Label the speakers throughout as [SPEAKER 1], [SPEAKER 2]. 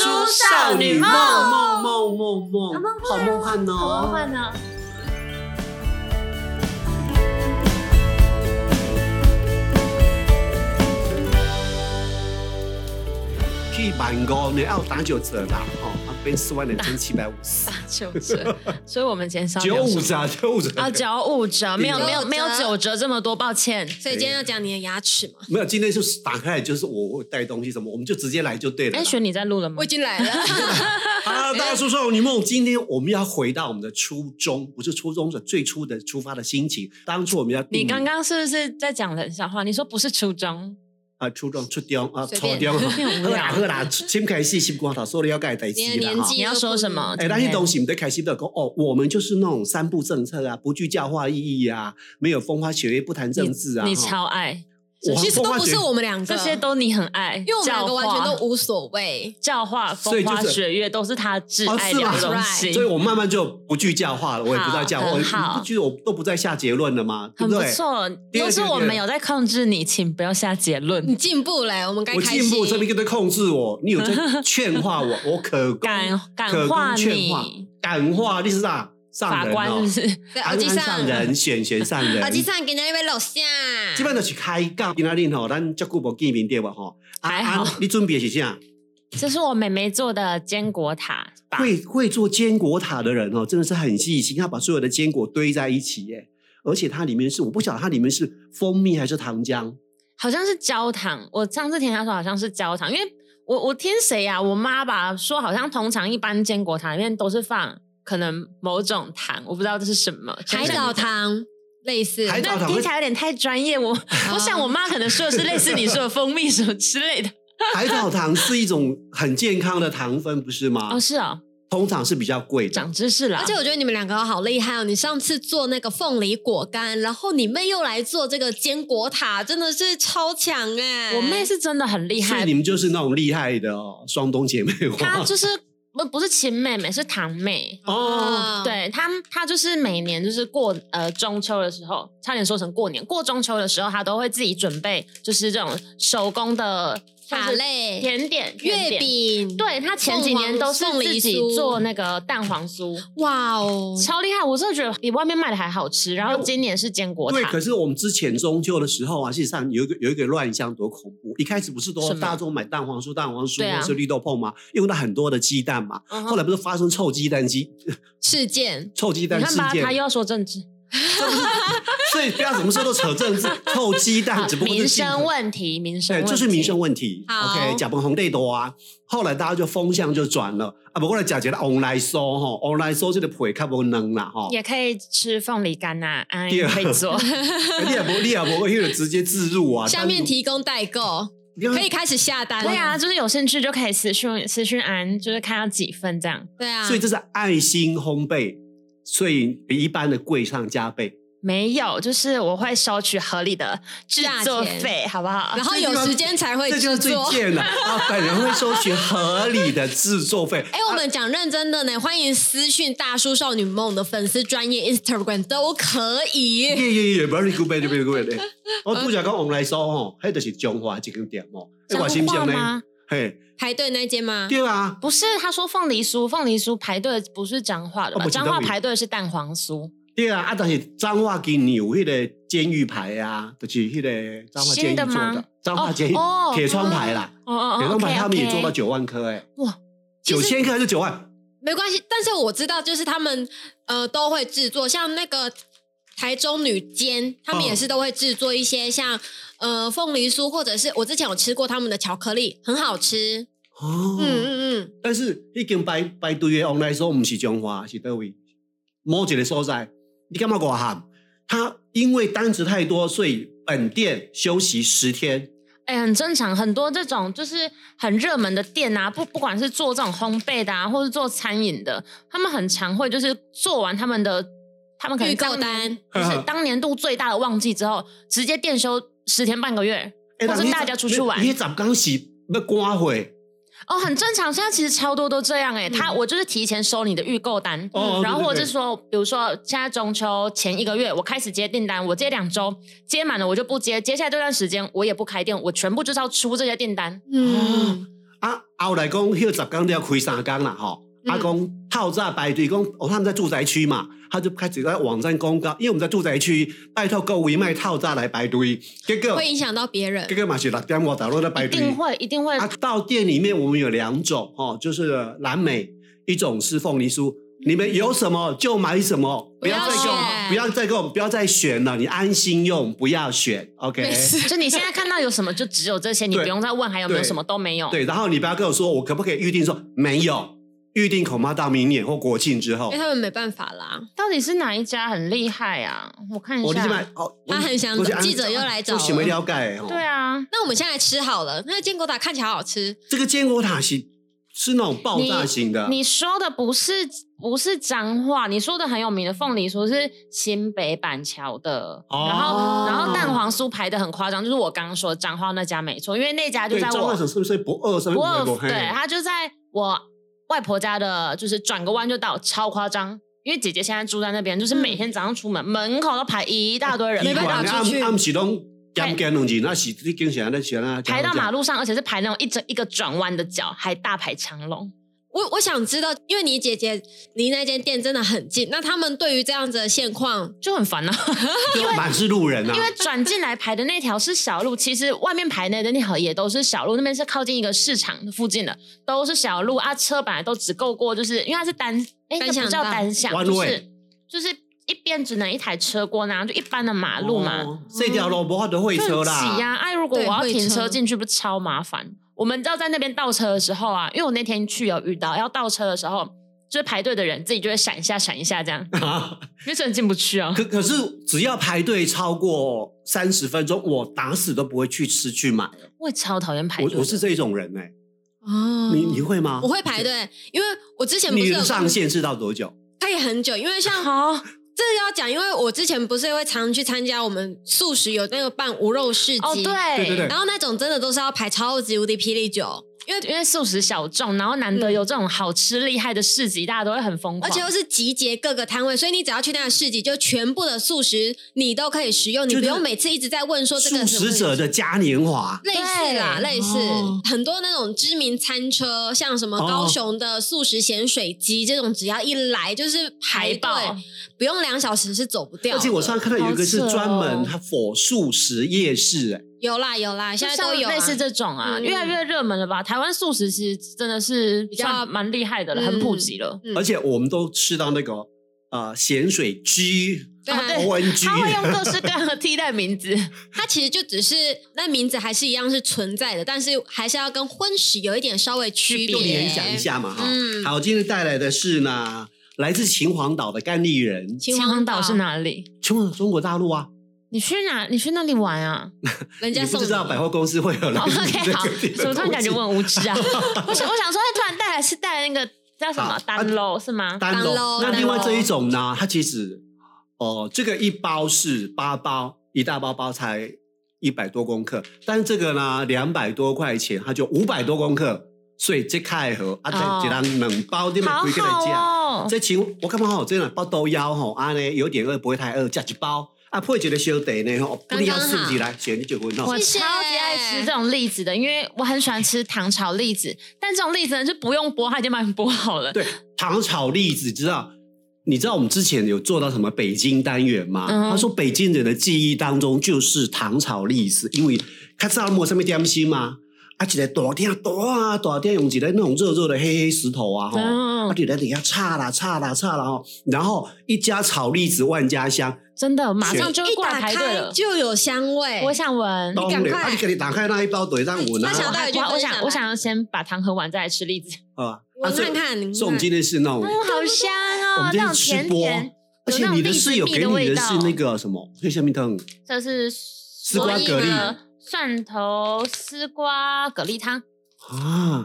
[SPEAKER 1] 少女梦
[SPEAKER 2] 梦梦梦
[SPEAKER 1] 啊
[SPEAKER 2] 梦
[SPEAKER 1] 梦，
[SPEAKER 2] 好梦幻哦！
[SPEAKER 1] 好梦幻呢。
[SPEAKER 2] 去满高你要打九折啦，哦，那边四万两千七百五十，
[SPEAKER 3] 九折，所以我们今天上
[SPEAKER 2] 九五折啊，九五折
[SPEAKER 3] 啊，九五折，没有没有没有九折这么多，抱歉。
[SPEAKER 4] 所以今天要讲你的牙齿嘛，
[SPEAKER 2] 没有，今天就是打开来就是我会带东西什么，我们就直接来就对了啦。啊
[SPEAKER 3] 哎，雪，你在录了吗
[SPEAKER 4] 我已？经来 了。
[SPEAKER 2] 好了，大家说说你梦。今天我们要回到我们的初衷，不是初衷的最初的出发的心情。当初我们要定
[SPEAKER 3] 你刚刚是不是在讲冷笑话？你说不是初中，
[SPEAKER 2] 啊，初衷出中啊，
[SPEAKER 4] 随
[SPEAKER 2] 初
[SPEAKER 4] 便
[SPEAKER 2] 中啊，
[SPEAKER 3] 很无
[SPEAKER 2] 好啦
[SPEAKER 3] 聊
[SPEAKER 2] 好。啦，先开始心光头，所以要改代志
[SPEAKER 4] 你的
[SPEAKER 2] 啦
[SPEAKER 4] 年
[SPEAKER 2] 哈
[SPEAKER 4] 纪
[SPEAKER 3] 你要说什么？
[SPEAKER 2] 哎，那些东西我们在开心的讲哦，我们就是那种三不政策啊，不具教化意义啊，没有风花雪月，不谈政治啊。
[SPEAKER 3] 你
[SPEAKER 2] 哈
[SPEAKER 3] 超爱，
[SPEAKER 2] 我
[SPEAKER 4] 其实都
[SPEAKER 2] 风花
[SPEAKER 4] 不
[SPEAKER 2] 雪
[SPEAKER 4] 是
[SPEAKER 2] 月
[SPEAKER 4] 我们两个，
[SPEAKER 3] 这些都你很爱，
[SPEAKER 4] 啊因为我们两个
[SPEAKER 3] 教
[SPEAKER 4] 完
[SPEAKER 3] 化
[SPEAKER 4] 全都无所谓。
[SPEAKER 3] 教化、
[SPEAKER 2] 所以
[SPEAKER 3] 风
[SPEAKER 2] 就是
[SPEAKER 3] 花雪月都是他挚
[SPEAKER 2] 哦
[SPEAKER 3] 爱
[SPEAKER 2] 是
[SPEAKER 3] 的
[SPEAKER 2] 吗
[SPEAKER 3] 东
[SPEAKER 4] Right
[SPEAKER 3] 西。
[SPEAKER 2] 所以我慢慢就不具教化了，我也不再教化，
[SPEAKER 3] 好
[SPEAKER 2] 我
[SPEAKER 3] 很
[SPEAKER 2] 你
[SPEAKER 3] 好
[SPEAKER 2] 不觉得我都不再下结论了吗？对
[SPEAKER 3] 很
[SPEAKER 2] 对
[SPEAKER 3] 不？错，
[SPEAKER 2] 第二
[SPEAKER 3] 都是
[SPEAKER 2] 个
[SPEAKER 3] 我
[SPEAKER 2] 第二
[SPEAKER 3] 们有在控制你，请不要下结
[SPEAKER 4] 你
[SPEAKER 3] 论。
[SPEAKER 4] 进步了，我们该
[SPEAKER 2] 我
[SPEAKER 4] 开
[SPEAKER 2] 进
[SPEAKER 4] 心。
[SPEAKER 2] 步，这边在控制我，你有在劝化我，我可恭
[SPEAKER 3] 感感
[SPEAKER 2] 可
[SPEAKER 3] 化
[SPEAKER 2] 恭劝化
[SPEAKER 3] 你，
[SPEAKER 2] 感化你是啥？上
[SPEAKER 3] 法
[SPEAKER 2] 人哦
[SPEAKER 3] 官，是
[SPEAKER 4] 在耳
[SPEAKER 2] 安
[SPEAKER 4] 机
[SPEAKER 2] 安
[SPEAKER 4] 上，
[SPEAKER 2] 上人，选选上人，
[SPEAKER 4] 耳机上给人家一杯老下。
[SPEAKER 2] 基本都是开讲。今仔日吼，咱足久无见面对吧吼？啊
[SPEAKER 3] 还好
[SPEAKER 2] 啊你准备是啥？
[SPEAKER 3] 这是我妹妹做的坚果塔，
[SPEAKER 2] 会会做坚果塔的人哦，真的是很细心，他把所有的坚果堆在一起耶。而且它里面是我不晓得它里面是蜂蜜还是糖 浆，
[SPEAKER 3] 好像是焦糖。我上次听她说好像是焦糖，因为我我听谁呀、我妈吧说好像通常一般坚果塔里面都是放可能某种糖，我不知道这是什么
[SPEAKER 4] 海藻。糖类似，
[SPEAKER 2] 海藻
[SPEAKER 3] 那
[SPEAKER 2] 糖
[SPEAKER 3] 听起来有点太专业，我
[SPEAKER 4] 啊
[SPEAKER 3] 我想我妈可能说的是类似你说的蜂蜜什么之类的。
[SPEAKER 2] 海藻糖是一种很健康的糖分，不是吗
[SPEAKER 3] 哦，？是哦，
[SPEAKER 2] 通常是比较贵的。
[SPEAKER 3] 长知识了。
[SPEAKER 4] 而且我觉得你们两个好厉害哦！你上次做那个凤梨果干，然后你妹又来做这个坚果塔，真的是超强哎、
[SPEAKER 3] 我妹是真的很厉
[SPEAKER 2] 所以
[SPEAKER 3] 害
[SPEAKER 2] 你，们就是那种厉害的哦，双冬姐妹
[SPEAKER 3] 她
[SPEAKER 2] 花
[SPEAKER 3] 就是不不是亲妹妹，是堂妹。
[SPEAKER 2] 哦。
[SPEAKER 4] 啊，
[SPEAKER 3] 对她，她就是每年就是过呃中秋的时候，差点说成过年，过中秋的时候，她都会自己准备就是这种手工的
[SPEAKER 4] 塔、类、
[SPEAKER 3] 甜点、甜
[SPEAKER 4] 月
[SPEAKER 3] 点。
[SPEAKER 4] 饼，，
[SPEAKER 3] 对她前几年都是
[SPEAKER 4] 凤梨
[SPEAKER 3] 自己
[SPEAKER 4] 酥
[SPEAKER 3] 做那个蛋黄酥，
[SPEAKER 4] 哇哦，
[SPEAKER 3] 嗯超厉害！我真的觉得比外面卖的还好吃。然后今年是坚果
[SPEAKER 2] 对，
[SPEAKER 3] 塔
[SPEAKER 2] 可，是我们之前中秋的时候啊，事实上有一个有一个乱象多恐怖。一开始不是都
[SPEAKER 3] 什么
[SPEAKER 2] 大众买蛋黄酥、蛋黄酥
[SPEAKER 3] 对啊
[SPEAKER 2] 或是绿豆碰吗？用了很多的鸡蛋嘛。
[SPEAKER 3] 嗯哼
[SPEAKER 2] 后来不是发生臭鸡蛋鸡、
[SPEAKER 4] 事件
[SPEAKER 2] 臭鸡
[SPEAKER 3] 你
[SPEAKER 2] 蛋
[SPEAKER 3] 看
[SPEAKER 2] 事
[SPEAKER 3] 吧，
[SPEAKER 2] 件
[SPEAKER 3] 她，又要说政治、
[SPEAKER 2] 所以不要什么时候都扯政治。臭鸡蛋只不过是
[SPEAKER 3] 民
[SPEAKER 2] 进口
[SPEAKER 3] 生问题、民生
[SPEAKER 2] 对，
[SPEAKER 3] 问题，
[SPEAKER 2] 就是民生问题。
[SPEAKER 4] 好
[SPEAKER 2] OK，假崩红地多啊，后来大家就风向就转了啊。不过来假觉得 online 收哈，online 收这个皮较无能啦 哈。
[SPEAKER 3] 也可以吃凤梨干呐、啊，安
[SPEAKER 2] 第二
[SPEAKER 3] 可 以做。
[SPEAKER 2] 哎你也不，你也不，因为直接自入啊。
[SPEAKER 4] 下面提供代购，
[SPEAKER 2] 当
[SPEAKER 4] 可以。开始下单了，
[SPEAKER 3] 对啊，就是有兴趣就可以私讯私讯安，就是看到几份这样。
[SPEAKER 4] 对啊，
[SPEAKER 2] 所以这是爱心烘焙，所以比一般的贵上加倍。
[SPEAKER 3] 没有，就是我会收取合理的制作
[SPEAKER 4] 价
[SPEAKER 3] 费，好不好
[SPEAKER 4] 然？
[SPEAKER 2] 哎啊
[SPEAKER 4] 后有时间才会
[SPEAKER 2] 这就是
[SPEAKER 4] 制
[SPEAKER 2] 最
[SPEAKER 4] 作。
[SPEAKER 2] 贱了啊！本人会收取合理的制作 费。
[SPEAKER 4] 哎、我们讲认真的呢，欢迎私讯大叔少女梦的粉丝专业 Instagram 都可以。
[SPEAKER 2] 耶耶耶，very good，very good。我拄则讲 online 收吼，迄就是中华一间店哦。哎我心
[SPEAKER 3] 脏
[SPEAKER 2] 想
[SPEAKER 3] 话
[SPEAKER 2] 呢，
[SPEAKER 3] 吗？
[SPEAKER 2] 嘿，
[SPEAKER 4] 排队那间吗？
[SPEAKER 2] 对啊，
[SPEAKER 3] 不是，他说凤梨酥，凤梨酥排队不是彰化的
[SPEAKER 2] 哦
[SPEAKER 3] 吧？
[SPEAKER 2] 不知道
[SPEAKER 3] 彰化
[SPEAKER 2] 耶
[SPEAKER 3] 排队的是蛋黄酥，
[SPEAKER 2] 对啊，啊，但是彰化今年有迄个监狱牌啊，就是迄个彰化监狱
[SPEAKER 3] 新的
[SPEAKER 2] 做
[SPEAKER 3] 吗
[SPEAKER 2] 的，彰化监狱
[SPEAKER 3] 哦哦
[SPEAKER 2] 铁窗牌啦，
[SPEAKER 3] 哦哦
[SPEAKER 2] 铁窗牌他们也做到
[SPEAKER 3] OK，OK
[SPEAKER 2] 九万颗哎，
[SPEAKER 3] 哇，
[SPEAKER 2] 九千颗还是九万？
[SPEAKER 4] 没关系，但是我知道，就是他们呃都会制作，像那个台中女监，他们
[SPEAKER 2] 嗯
[SPEAKER 4] 也是都会制作一些像呃凤梨酥，或者是我之前有吃过他们的巧克力，很好吃。
[SPEAKER 2] 哦，
[SPEAKER 4] 嗯嗯嗯，
[SPEAKER 2] 但是已经排排队的往来说，毋是中华，是倒位某一个所在。你干嘛我喊？他因为单子太多，所以本店休息十天。
[SPEAKER 3] 哎、很正常，很多这种就是很热门的店啊，不不管是做这种烘焙的啊，或是做餐饮的，他们很常会就是做完他们的，他们可能
[SPEAKER 4] 预购
[SPEAKER 3] 当
[SPEAKER 4] 单
[SPEAKER 3] 不 是当年度最大的旺季之后，直接店休十天半个月，
[SPEAKER 2] 哎
[SPEAKER 3] 或
[SPEAKER 2] 人
[SPEAKER 3] 是
[SPEAKER 2] 家
[SPEAKER 3] 大家出去玩
[SPEAKER 2] 你怎刚是要赶回？
[SPEAKER 3] 哦，很正常。现在其实超多都这样哎、他我就是提前收你的预购单，
[SPEAKER 2] 嗯哦
[SPEAKER 3] 然后
[SPEAKER 2] 对对
[SPEAKER 3] 或者
[SPEAKER 2] 对
[SPEAKER 3] 是说，比如说现在中秋前一个月我开始接订单，我接两周接满了我就不接，接下来这段时间我也不开店，我全部就是要出这些订单。
[SPEAKER 4] 嗯，
[SPEAKER 2] 啊，后来讲休十工了，开三工啦吼。啊，
[SPEAKER 4] 嗯
[SPEAKER 2] 讲套炸排队，讲哦，他们在住宅区嘛，他就开始在网站公告，因为我们在住宅区，拜托各位卖套炸来排队，结 果
[SPEAKER 4] 会影响到别人
[SPEAKER 2] 结。果嘛是六点外头都在排
[SPEAKER 3] 一
[SPEAKER 2] 队。
[SPEAKER 3] 定会一定会
[SPEAKER 2] 啊，到店里面我们有两种哦，就是蓝莓，一种是凤梨
[SPEAKER 4] 嗯
[SPEAKER 2] 酥。你们有什么就买什么，不要再给
[SPEAKER 4] 选
[SPEAKER 2] 我们，不要再给我们，不要再选了，你安心用，不要选，OK？
[SPEAKER 4] 没 事，
[SPEAKER 3] 就你现在看到有什么，就只有这些，你
[SPEAKER 2] 对
[SPEAKER 3] 不用再问还有没有
[SPEAKER 2] 对
[SPEAKER 3] 什么都没有。
[SPEAKER 2] 对，然后你不要跟我说我可不可以预定说没有，预定恐怕到明年或国庆之后
[SPEAKER 4] 因为。他们没办法啦。
[SPEAKER 3] 到底是哪一家很厉害啊？我看一
[SPEAKER 2] 我你买
[SPEAKER 3] 下。
[SPEAKER 2] 哦，
[SPEAKER 4] 他很想记者又来找
[SPEAKER 2] 我
[SPEAKER 4] 了
[SPEAKER 2] 想要了解哦。
[SPEAKER 3] 对，啊，
[SPEAKER 4] 那我们现在来吃好了，那个坚果塔看起来好好吃，
[SPEAKER 2] 这个坚果塔是是那种爆炸型的，
[SPEAKER 3] 你说的不是不是脏话，你说的很有名的凤梨酥是新北板桥的，
[SPEAKER 2] 哦
[SPEAKER 3] 然后然后蛋黄酥排的很夸张，就是我刚刚说彰化那家没错，因为那家就
[SPEAKER 2] 对，
[SPEAKER 3] 在
[SPEAKER 2] 张
[SPEAKER 3] 我
[SPEAKER 2] 惠成是不是不二上面
[SPEAKER 3] 不
[SPEAKER 2] 不
[SPEAKER 3] 二
[SPEAKER 2] 会不黑？
[SPEAKER 3] 对，他就在我外婆家的，就是转个弯就到，超夸张。因为姐姐现在住在那边，就是每天早上出门，门口都排一大堆人，
[SPEAKER 4] 没办法
[SPEAKER 2] 你看
[SPEAKER 4] 出去
[SPEAKER 2] 暗暗时拢减减两钱，那是你经常在选啊，
[SPEAKER 3] 排到哎马路上，而且是排那种一整一个转弯的角，还大排长龙。
[SPEAKER 4] 我我想知道，因为你姐姐离那间店真的很近，那他们对于这样子的现况，
[SPEAKER 3] 就很烦啊，
[SPEAKER 2] 就满是路人啊
[SPEAKER 3] 因。为转进来排的那条是小路，其实外面排的那条也都是小路，那边是靠近一个市场附近的，都是小路啊。车本来都只够过，就是因为它是单，哎、
[SPEAKER 4] 单
[SPEAKER 3] 那
[SPEAKER 4] 向
[SPEAKER 3] 不叫
[SPEAKER 4] 道
[SPEAKER 3] 单向，
[SPEAKER 2] One
[SPEAKER 3] 就是
[SPEAKER 2] way
[SPEAKER 3] 就是一边只能一台车过那样，就一般的马路嘛。
[SPEAKER 2] 哦，这条路无法度会
[SPEAKER 3] 就
[SPEAKER 2] 车
[SPEAKER 3] 很
[SPEAKER 2] 啦。
[SPEAKER 3] 挤呀、哎，如果我
[SPEAKER 4] 对
[SPEAKER 3] 要
[SPEAKER 4] 会
[SPEAKER 3] 停
[SPEAKER 4] 车
[SPEAKER 3] 车进去，不是超麻烦？我们知道在那边倒车的时候啊，因为我那天去有遇到，要倒车的时候，就是排队的人自己就会闪一下闪一下这样，因为真的进不去 啊。
[SPEAKER 2] 可可是只要排队超过三十分钟，我打死都不会去吃去买。
[SPEAKER 3] 我也超讨厌排队
[SPEAKER 2] 我
[SPEAKER 3] 的，
[SPEAKER 2] 我是这种人哎、
[SPEAKER 4] 哦
[SPEAKER 2] 你你会吗
[SPEAKER 4] 我？会排队，因为我之前不是
[SPEAKER 2] 你
[SPEAKER 4] 有
[SPEAKER 2] 的上限是到多久？
[SPEAKER 4] 可以很久，因为像
[SPEAKER 3] 好
[SPEAKER 4] 这个要讲，因为我之前不是会常去参加我们素食有那个办无肉市集，
[SPEAKER 3] 哦，对
[SPEAKER 2] 对对对
[SPEAKER 4] 然后那种真的都是要排超级无敌霹雳酒，因为
[SPEAKER 3] 因为素食小众，然后难得有这种好吃厉害的市集，大家都会很疯狂。
[SPEAKER 4] 而且又是集结各个摊位，所以你只要去那个市集，就全部的素食你都可以食用，你
[SPEAKER 2] 就
[SPEAKER 4] 不
[SPEAKER 2] 是
[SPEAKER 4] 用每次一直在问说这
[SPEAKER 2] 素
[SPEAKER 4] 个什么
[SPEAKER 2] 食者的嘉年华，
[SPEAKER 4] 类似啦，
[SPEAKER 3] 对
[SPEAKER 4] 类似、
[SPEAKER 2] 哦
[SPEAKER 4] 很多那种知名餐车，像什么
[SPEAKER 2] 哦
[SPEAKER 4] 高雄的素食咸水鸡这种，只要一来就是排
[SPEAKER 3] 排
[SPEAKER 4] 队
[SPEAKER 3] 爆，
[SPEAKER 4] 不用两小时是走不掉
[SPEAKER 2] 而
[SPEAKER 4] 的。
[SPEAKER 2] 且我上次看到有一个是
[SPEAKER 3] 好扯哦
[SPEAKER 2] 专门它否素食夜市、哎，
[SPEAKER 4] 有啦有啦，现在
[SPEAKER 3] 像
[SPEAKER 4] 都有啊
[SPEAKER 3] 类似这种啊，
[SPEAKER 4] 嗯
[SPEAKER 3] 越来越热门了吧？台湾素食其实真的是比
[SPEAKER 4] 较
[SPEAKER 3] 蛮厉害的了，
[SPEAKER 4] 嗯
[SPEAKER 3] 很普及了。
[SPEAKER 4] 嗯
[SPEAKER 2] 而且我们都吃到那个呃咸水鸡
[SPEAKER 4] 对啊
[SPEAKER 3] 哦对
[SPEAKER 2] O N G，
[SPEAKER 3] 他会用各式各样的替代名 字，
[SPEAKER 4] 它其实就只是那名字还是一样是存在的，但是还是要跟荤食有一点稍微区
[SPEAKER 2] 就
[SPEAKER 4] 别。
[SPEAKER 2] 联想一，下嘛哈。
[SPEAKER 4] 嗯
[SPEAKER 2] 好，今天带来的是呢，来自秦皇岛的干利人，
[SPEAKER 4] 秦
[SPEAKER 3] 秦
[SPEAKER 4] 皇
[SPEAKER 3] 皇岛是？哪里？
[SPEAKER 2] 秦皇岛中国大陆啊，
[SPEAKER 3] 你去哪？你去那里玩啊
[SPEAKER 4] 人
[SPEAKER 2] 你
[SPEAKER 4] 家
[SPEAKER 2] 不
[SPEAKER 4] 送
[SPEAKER 2] 知道
[SPEAKER 4] 你
[SPEAKER 2] 百货公司会有来
[SPEAKER 3] 哦
[SPEAKER 2] 自
[SPEAKER 3] ？OK，
[SPEAKER 2] 这
[SPEAKER 3] 好，
[SPEAKER 2] 个地
[SPEAKER 3] 怎
[SPEAKER 2] 方
[SPEAKER 3] 么突然感觉
[SPEAKER 2] 东
[SPEAKER 3] 我很无知啊？我想，我想说，哎他突然带来是带来那个叫什么
[SPEAKER 2] 好
[SPEAKER 3] 单喽是吗
[SPEAKER 2] 西？单
[SPEAKER 4] 单楼
[SPEAKER 2] 楼？那另外
[SPEAKER 4] 单楼
[SPEAKER 2] 这一种呢，它其实哦、这个一包是八包，一大包包才一百多公克，但是这个呢，两百多块钱，它就五百多公克，所以这开盒啊，
[SPEAKER 3] 哦
[SPEAKER 2] 这这人两包你们
[SPEAKER 3] 好
[SPEAKER 2] 归给人家。
[SPEAKER 3] 好哦，
[SPEAKER 2] 这请我干嘛吼？这两包都腰吼，安尼有点饿，不会太饿，加一包啊，配一个小茶呢吼，不要竖起来，选你就分吼
[SPEAKER 3] 我。
[SPEAKER 4] 谢谢
[SPEAKER 3] 超级爱吃这种栗子的，因为我很喜欢吃糖炒栗子，但这种栗子呢就不用剥，它已经帮你剥好了。
[SPEAKER 2] 对，糖炒栗子，知道？你知道我们之前有做到什么北京单元吗？
[SPEAKER 3] 嗯
[SPEAKER 2] 他说北京人的记忆当中就是糖炒栗子，因为较早没有什么点心嘛，啊，一个大鼎大啊大鼎用一个那种热热的黑黑石头啊吼，
[SPEAKER 3] 嗯
[SPEAKER 2] 啊，就在底下叉啦叉啦叉啦吼，然后一家炒栗子万家香，
[SPEAKER 3] 真的，马上就
[SPEAKER 4] 一
[SPEAKER 3] 过来
[SPEAKER 4] 打
[SPEAKER 3] 排队
[SPEAKER 4] 开
[SPEAKER 3] 了。
[SPEAKER 4] 就有香味。
[SPEAKER 3] 我想闻，
[SPEAKER 2] 当
[SPEAKER 4] 赶
[SPEAKER 2] 然，
[SPEAKER 4] 快
[SPEAKER 2] 啊，你给你打开那一包对让闻
[SPEAKER 4] 那
[SPEAKER 2] 啊。
[SPEAKER 4] 想到
[SPEAKER 3] 我
[SPEAKER 4] 有句
[SPEAKER 3] 我我
[SPEAKER 4] 分享
[SPEAKER 3] 想
[SPEAKER 4] 来
[SPEAKER 3] 我想要先把糖喝完，再来吃栗子。
[SPEAKER 2] 啊，
[SPEAKER 4] 我看看，你
[SPEAKER 2] 所以我们今天是那种，
[SPEAKER 4] 哦
[SPEAKER 3] 嗯， 好香
[SPEAKER 2] 我
[SPEAKER 3] 哦
[SPEAKER 2] 们，今
[SPEAKER 3] 那
[SPEAKER 2] 天
[SPEAKER 3] 种
[SPEAKER 2] 吃
[SPEAKER 3] 甜
[SPEAKER 2] 播
[SPEAKER 3] 甜，，
[SPEAKER 2] 而且你的室友给
[SPEAKER 3] 有那种
[SPEAKER 2] 你
[SPEAKER 3] 栗子蜜的味
[SPEAKER 2] 的
[SPEAKER 3] 道
[SPEAKER 2] 是那个什么，就下面汤
[SPEAKER 3] 这是丝
[SPEAKER 2] 瓜蛤蜊
[SPEAKER 3] 蒜头丝瓜蛤蜊汤。
[SPEAKER 2] 啊，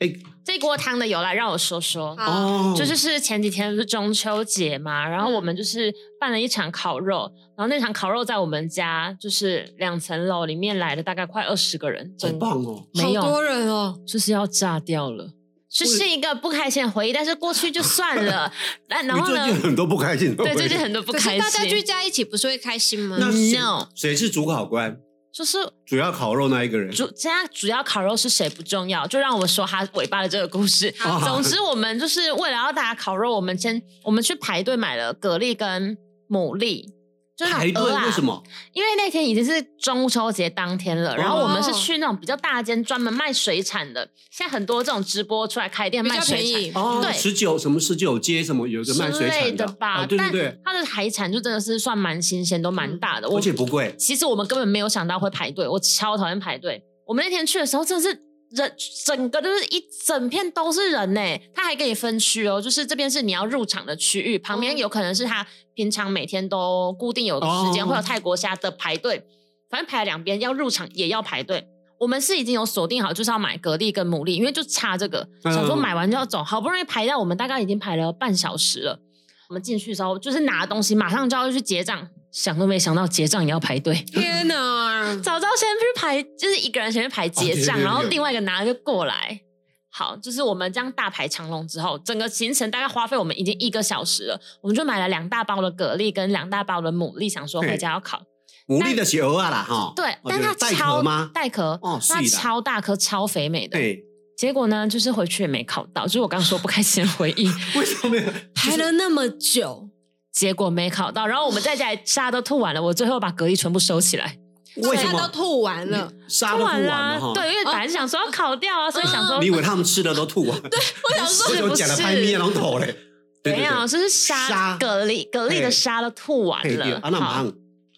[SPEAKER 2] 哎
[SPEAKER 3] 这锅汤的由来让我说说，
[SPEAKER 4] 好
[SPEAKER 2] 哦，
[SPEAKER 3] 啊就是是前几天不是中秋节嘛，然后我们就是办了一场烤肉，然后那场烤肉在我们家就是两层楼里面来了大概快二十个人，
[SPEAKER 2] 好
[SPEAKER 3] 整
[SPEAKER 2] 棒哦，
[SPEAKER 3] 没
[SPEAKER 4] 好
[SPEAKER 3] 有
[SPEAKER 4] 多人哦，
[SPEAKER 3] 就是要炸掉了。这是一个不开心的回忆，但是过去就算 了。但然
[SPEAKER 2] 你
[SPEAKER 3] 后
[SPEAKER 2] 最
[SPEAKER 3] 呢
[SPEAKER 2] 近？很多不开心的回忆，
[SPEAKER 3] 对，最近很多不
[SPEAKER 4] 可
[SPEAKER 3] 开
[SPEAKER 4] 是
[SPEAKER 3] 心。
[SPEAKER 4] 大家聚在一起不是会开心吗？
[SPEAKER 2] 那谁
[SPEAKER 3] No
[SPEAKER 2] 谁是主考官？
[SPEAKER 3] 就是
[SPEAKER 2] 主要烤肉那一个人，
[SPEAKER 3] 主现在主要烤肉是谁不重要，就让我说他尾巴的这个故事。
[SPEAKER 2] 好
[SPEAKER 3] 总之，我们就是为了要大家烤肉，我们先我们去排队买了蛤蜊跟牡蛎，就是那种
[SPEAKER 2] 排队
[SPEAKER 3] 鹅啊
[SPEAKER 2] 为什？么？
[SPEAKER 3] 因为那天已经是中秋节当天了，然后我
[SPEAKER 2] 哦
[SPEAKER 3] 们是去那种比较大间专门卖水产的，现在很多这种直播出来开店
[SPEAKER 4] 比
[SPEAKER 3] 卖
[SPEAKER 4] 较
[SPEAKER 3] 水
[SPEAKER 4] 便
[SPEAKER 3] 产。
[SPEAKER 4] 宜
[SPEAKER 2] 哦，
[SPEAKER 3] 对
[SPEAKER 2] 十九什么十九街什么有一个卖
[SPEAKER 3] 之
[SPEAKER 2] 水
[SPEAKER 3] 类
[SPEAKER 2] 产
[SPEAKER 3] 的吧，
[SPEAKER 2] 啊对对对嗯
[SPEAKER 3] 但，它的海产就真的是算蛮新鲜，都蛮大的。我
[SPEAKER 2] 而且不贵，
[SPEAKER 3] 其实我们根本没有想到会排队，我超讨厌排队。我们那天去的时候，真的是人整个就是一整片都是人呢、他还给你分区哦，就是这边是你要入场的区域，旁
[SPEAKER 2] 哦
[SPEAKER 3] 边有可能是他平常每天都固定有的时间、
[SPEAKER 2] 哦
[SPEAKER 3] 会有泰国虾的排队，反正排了两边要入场也要排队。我们是已经有锁定好，就是要买蛤蜊跟牡蛎，因为就差这个，
[SPEAKER 2] 嗯
[SPEAKER 3] 想说买完就要走，好不容易排到我们大概已经排了半小时了。我们进去的时候，就是拿东西，马上就要去结账，想都没想到结账也要排队。
[SPEAKER 4] 天哪！
[SPEAKER 3] 早知道先去排，就是一个人先去排结
[SPEAKER 2] 哦对对
[SPEAKER 3] 账，
[SPEAKER 2] 对
[SPEAKER 3] 然后另外一个拿就过来。好，就是我们这样大排长龙之后，整个行程大概花费我们已经一个小时了，我们就买了两大包的蛤蜊跟两大包的牡蛎，想说回家要烤。
[SPEAKER 2] 牡蛎的是鹅啊啦哈，
[SPEAKER 3] 对，
[SPEAKER 2] 哦
[SPEAKER 3] 但它
[SPEAKER 2] 带
[SPEAKER 3] 超
[SPEAKER 2] 壳吗？
[SPEAKER 3] 带壳，
[SPEAKER 2] 哦是
[SPEAKER 3] 它
[SPEAKER 2] 的
[SPEAKER 3] 超大颗、超肥美的。
[SPEAKER 2] 对，
[SPEAKER 3] 结果呢，就是回去也没烤到，就是我刚刚说不开心的回忆。
[SPEAKER 2] 为什么没有？
[SPEAKER 4] 排了那么久，
[SPEAKER 3] 结果没烤到，然后我们在家里沙都吐完了，我最后把蛤蜊全部收起来，
[SPEAKER 2] 为什
[SPEAKER 4] 大家都
[SPEAKER 2] 么
[SPEAKER 4] 吐完了？
[SPEAKER 2] 沙都吐完
[SPEAKER 3] 啦
[SPEAKER 2] 了哈？，
[SPEAKER 3] 啊
[SPEAKER 2] 哦嗯
[SPEAKER 3] 对，因为本来是想说要烤掉啊，所以想说
[SPEAKER 2] 你以为他们吃的都吐完？ 对，
[SPEAKER 3] 我想说
[SPEAKER 2] 这
[SPEAKER 3] 是
[SPEAKER 2] 种
[SPEAKER 3] 不
[SPEAKER 2] 假的拍面
[SPEAKER 3] 是？
[SPEAKER 2] 龙头嘞，对
[SPEAKER 3] 没有，就是沙
[SPEAKER 2] 沙
[SPEAKER 3] 蛤蜊，蛤蜊的沙都吐完
[SPEAKER 2] 对对对，
[SPEAKER 3] 了
[SPEAKER 2] 啊，那马
[SPEAKER 3] 好，
[SPEAKER 2] 上，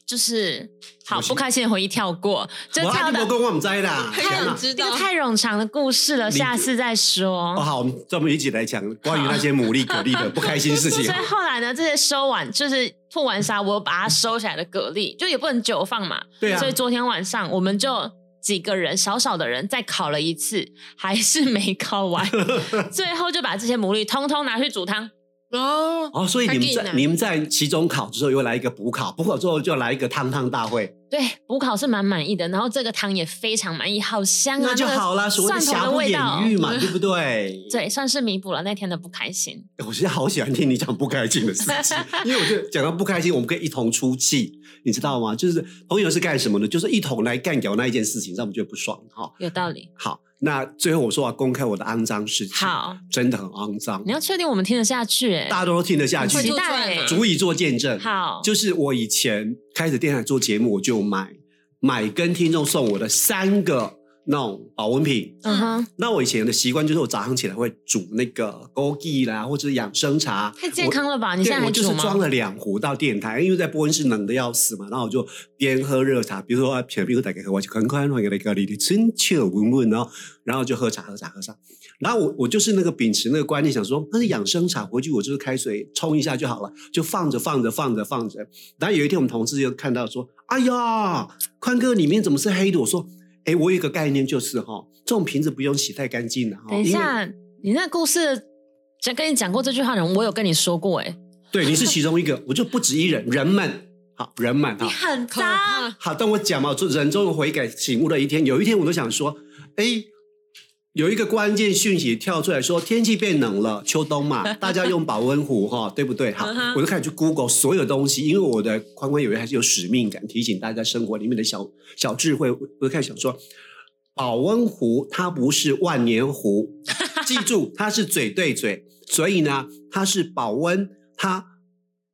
[SPEAKER 3] 就是好
[SPEAKER 2] 不行
[SPEAKER 3] 不开心的回忆跳过，就
[SPEAKER 2] 我
[SPEAKER 3] 跳
[SPEAKER 2] 阿弟
[SPEAKER 3] 到
[SPEAKER 2] 伯跟我们在啦，
[SPEAKER 4] 很
[SPEAKER 2] 天哪
[SPEAKER 4] 想知
[SPEAKER 3] 这
[SPEAKER 4] 道
[SPEAKER 3] 个。太冗长的故事了，
[SPEAKER 2] 你
[SPEAKER 3] 下次再说
[SPEAKER 2] 哦，。好，我们专门一起来讲关于那些牡蛎、蛤蜊的不开心事情
[SPEAKER 3] 所。以后来呢，这些收完就是吐完沙，我把它收起来的蛤蜊，就也不能久放嘛。
[SPEAKER 2] 对啊
[SPEAKER 3] 所以昨天晚上我们就几个人少少的人再烤了一次，还是没烤 完，最后就把这些牡蛎通通拿去煮汤。
[SPEAKER 4] 哦，
[SPEAKER 2] 哦，所以你
[SPEAKER 4] 还
[SPEAKER 2] 们
[SPEAKER 4] 可以
[SPEAKER 2] 在
[SPEAKER 4] 呢
[SPEAKER 2] 你们在期中考之后又来一个补考，补考之后就来一个汤汤大会，
[SPEAKER 3] 对，补烤是蛮满意的，然后这个汤也非常满意，好香啊！
[SPEAKER 2] 那就
[SPEAKER 3] 个
[SPEAKER 2] 好啦，所谓的
[SPEAKER 3] 蒜
[SPEAKER 2] 瑕
[SPEAKER 3] 头的
[SPEAKER 2] 不
[SPEAKER 3] 味
[SPEAKER 2] 掩
[SPEAKER 3] 道，
[SPEAKER 2] 瑜嘛，对不对？
[SPEAKER 3] 对，算是弥补了那天的不开心。
[SPEAKER 2] 我现在好喜欢听你讲不开心的事情，因为我觉得讲到不开心，我们可以一同出气，你知道吗？就是朋友是干什么呢？就是一同来干掉那一件事情，让我们觉得不爽哈、
[SPEAKER 3] 有道理。
[SPEAKER 2] 好，那最后我说我要公开我的肮脏事情，，
[SPEAKER 3] 好，
[SPEAKER 2] 真的很肮脏
[SPEAKER 3] 你，要确定我们听得下去、欸，
[SPEAKER 2] 大家都听得下
[SPEAKER 4] 会
[SPEAKER 2] 去
[SPEAKER 3] 期
[SPEAKER 4] 做，
[SPEAKER 3] 待、
[SPEAKER 4] 饭吗
[SPEAKER 2] 足以做见证。
[SPEAKER 3] 欸好，
[SPEAKER 2] 就是我以前开始电台做节目，我就买买跟听众送我的三个那种保温瓶。
[SPEAKER 3] 嗯哼，
[SPEAKER 2] 那我以前的习惯就是我早上起来会煮那个枸杞啦，或者是养生茶，
[SPEAKER 3] 太健康了啊吧？你
[SPEAKER 2] 对，
[SPEAKER 3] 现在还
[SPEAKER 2] 我就
[SPEAKER 3] 煮
[SPEAKER 2] 是装
[SPEAKER 3] 吗？
[SPEAKER 2] 了两壶到电台，因为在波恩是冷的要死嘛，然后我就边喝热茶，比如说啊，比如大概我就很快那个那个里里春秋闻闻，然后然后就喝茶喝茶喝茶，然后我我就是那个秉持那个观念，想说那是养生茶，回去我就是开水冲一下就好了，就放着放着放着放着，然后有一天我们同事就看到说，哎呀，宽哥里面怎么是黑的？我说，哎，我有一个概念就是哈、这种瓶子不用洗太干净了、哈
[SPEAKER 3] 等一，下，你那故事讲跟你讲过这句话的人，我有跟你说过、欸，哎，
[SPEAKER 2] 对，你是其中一个，我就不止一人，人们。好，人们哈，
[SPEAKER 3] 很
[SPEAKER 4] 可怕！
[SPEAKER 2] 好，当我讲嘛，我就人终有悔改醒悟的一天。有一天，我都想说，哎，有一个关键讯息跳出来说，天气变冷了，秋冬嘛， 大家用保温壶哈，对不对？好
[SPEAKER 3] 嗯哼，
[SPEAKER 2] 我就开始去 Google 所有东西，因为我的宽宽有为还是有使命感，提醒大家生活里面的小小智慧。我就开始想说，保温壶它不是万年 壶，记住它是嘴对嘴，所以呢，它是保温，它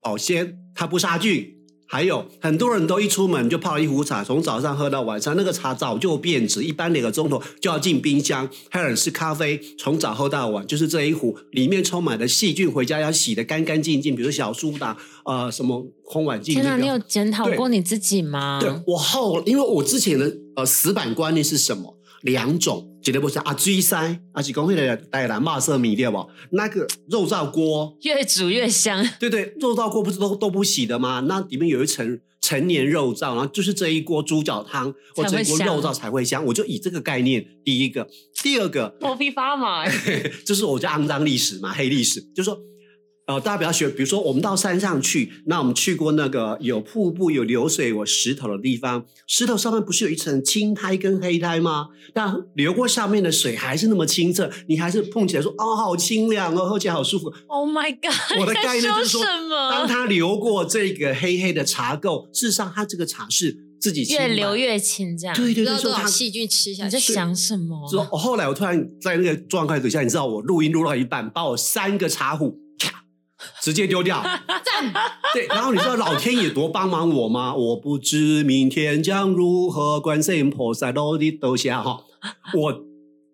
[SPEAKER 2] 保鲜，它不杀菌。还有很多人都一出门就泡一壶茶，从早上喝到晚上，那个茶早就变质，一般两个钟头就要进冰箱。还有人是咖啡，从早喝到晚，就是这一壶里面充满了细菌，回家要洗得干干净净，比如小苏打，呃，什么空碗净。
[SPEAKER 3] 天
[SPEAKER 2] 这
[SPEAKER 3] 哪，
[SPEAKER 2] 个
[SPEAKER 3] 你有检讨过你自己吗？
[SPEAKER 2] 对我后，因为我之前的呃死板观念是什么？两种，绝对不是啊，追塞啊，是讲那个带蓝马色米对不？那个肉燥锅，
[SPEAKER 3] 越煮越香，
[SPEAKER 2] 对对，肉燥锅不是都都不洗的吗？那里面有一层陈年肉燥，然后就是这一锅猪脚汤或
[SPEAKER 3] 才
[SPEAKER 2] 这
[SPEAKER 3] 会
[SPEAKER 2] 一锅
[SPEAKER 3] 香
[SPEAKER 2] 肉燥才会香。我就以这个概念，第一个，第二个，
[SPEAKER 3] 头皮发麻、欸。
[SPEAKER 2] 就是我叫肮脏历史嘛，黑历史，就说。呃，大家不要学，比如说我们到山上去，那我们去过那个有瀑布、有流水、有石头的地方，石头上面不是有一层青苔跟黑苔吗？但流过上面的水还是那么清澈，你还是碰起来说，哦，好清凉哦，喝起来好舒 服。
[SPEAKER 3] Oh my god！
[SPEAKER 2] 我的概念就是
[SPEAKER 3] 你在
[SPEAKER 2] 说
[SPEAKER 3] 说什
[SPEAKER 2] 当
[SPEAKER 3] 么？
[SPEAKER 2] 它流过这个黑黑的茶垢，事实上它这个茶是自己清
[SPEAKER 3] 越
[SPEAKER 2] 吧
[SPEAKER 3] 流越清这样。
[SPEAKER 2] 对
[SPEAKER 4] 不
[SPEAKER 2] 对
[SPEAKER 4] 知
[SPEAKER 2] 对，
[SPEAKER 4] 道
[SPEAKER 2] 说
[SPEAKER 4] 多
[SPEAKER 2] 他
[SPEAKER 4] 少细菌吃下
[SPEAKER 3] 你在
[SPEAKER 4] 去，
[SPEAKER 3] 想什
[SPEAKER 4] 哦
[SPEAKER 3] 么
[SPEAKER 2] 之？哦后后来我突然在那个状态底下，你知道我录音录到一半，把我三个茶壶咔直接丢 掉。对，然后你知道老天爷多帮忙我吗？我不知明天将如何，观世音菩萨都的都下哈。我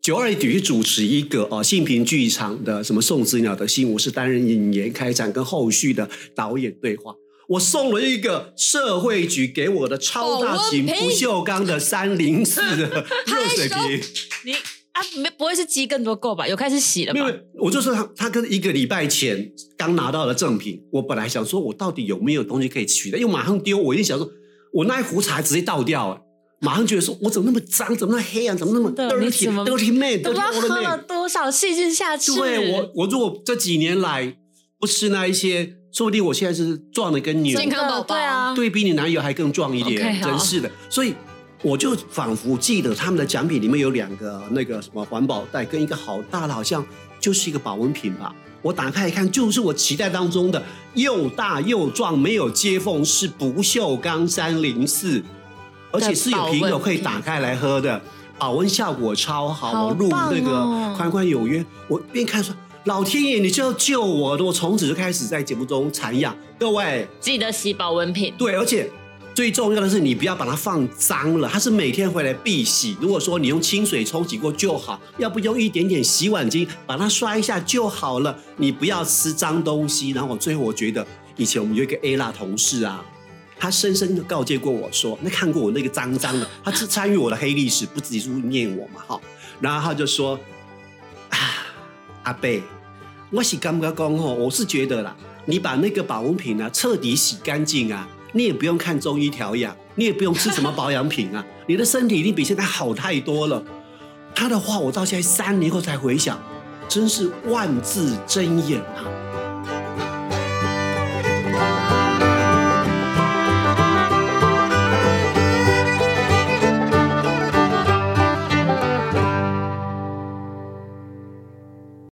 [SPEAKER 2] 九二局主持一个呃性平剧场的什么宋子鸟的信，我是担任引言开展跟后续的导演对话。我送了一个社会局给我的超大型
[SPEAKER 4] 保温瓶
[SPEAKER 2] 不锈钢的三零四的热水
[SPEAKER 4] 拍手
[SPEAKER 2] 瓶，
[SPEAKER 3] 你啊，没不会是积更多垢吧？有开始洗了
[SPEAKER 2] 没有，
[SPEAKER 3] 吧
[SPEAKER 2] 没？有我就说他他跟一个礼拜前刚拿到的赠品，我本来想说我到底有没有东西可以取的，因为马上丢，我一定想说，我那一壶茶直接倒掉、哎马上觉得说我怎么那么脏，怎么那么黑啊，怎么那么
[SPEAKER 3] 对你
[SPEAKER 2] dirty
[SPEAKER 3] 怎么
[SPEAKER 2] dirty man
[SPEAKER 3] 都不知道
[SPEAKER 2] dirty old
[SPEAKER 3] 喝了
[SPEAKER 2] man。
[SPEAKER 3] 多少细菌下去。
[SPEAKER 2] 对我，我如果这几年来不吃那一些，说不定我现在是壮的跟牛
[SPEAKER 4] 健，康宝宝
[SPEAKER 3] 对啊，
[SPEAKER 2] 对比你男友还更壮一点
[SPEAKER 3] OK，好
[SPEAKER 2] 真是的。所以我就仿佛记得他们的奖品里面有两个那个什么环保袋跟一个好大的，好像就是一个保温瓶吧。我打开一看，就是我期待当中的又大又壮，没有接缝，是不锈钢三零四，而且是有瓶口可以打开来喝的，保温效果超好。
[SPEAKER 3] 好
[SPEAKER 2] 我录
[SPEAKER 3] 棒
[SPEAKER 2] 那
[SPEAKER 3] 哦
[SPEAKER 2] 个宽宽有约，我边看说。老天爷，你就要救我的！我从此就开始在节目中阐养各位，
[SPEAKER 3] 记得洗保温瓶。
[SPEAKER 2] 对，而且最重要的是，你不要把它放脏了，它是每天回来必洗。如果说你用清水冲洗过就好，要不用一点点洗碗巾把它刷一下就好了。你不要吃脏东西。然后最后我觉得，以前我们有一个 A 啦同事啊。他深深的告诫过我说：“那看过我那个脏脏的，他是参与我的黑历史，不自己是念我嘛，哈。”然后他就说：“啊，阿贝，我是感觉讲吼，我是觉得啦，你把那个保温瓶啊彻底洗干净啊，你也不用看中医调养，你也不用吃什么保养品啊， 你的身体一定比现在好太多了。他的话我到现在三年后才回想，真是万字真言啊！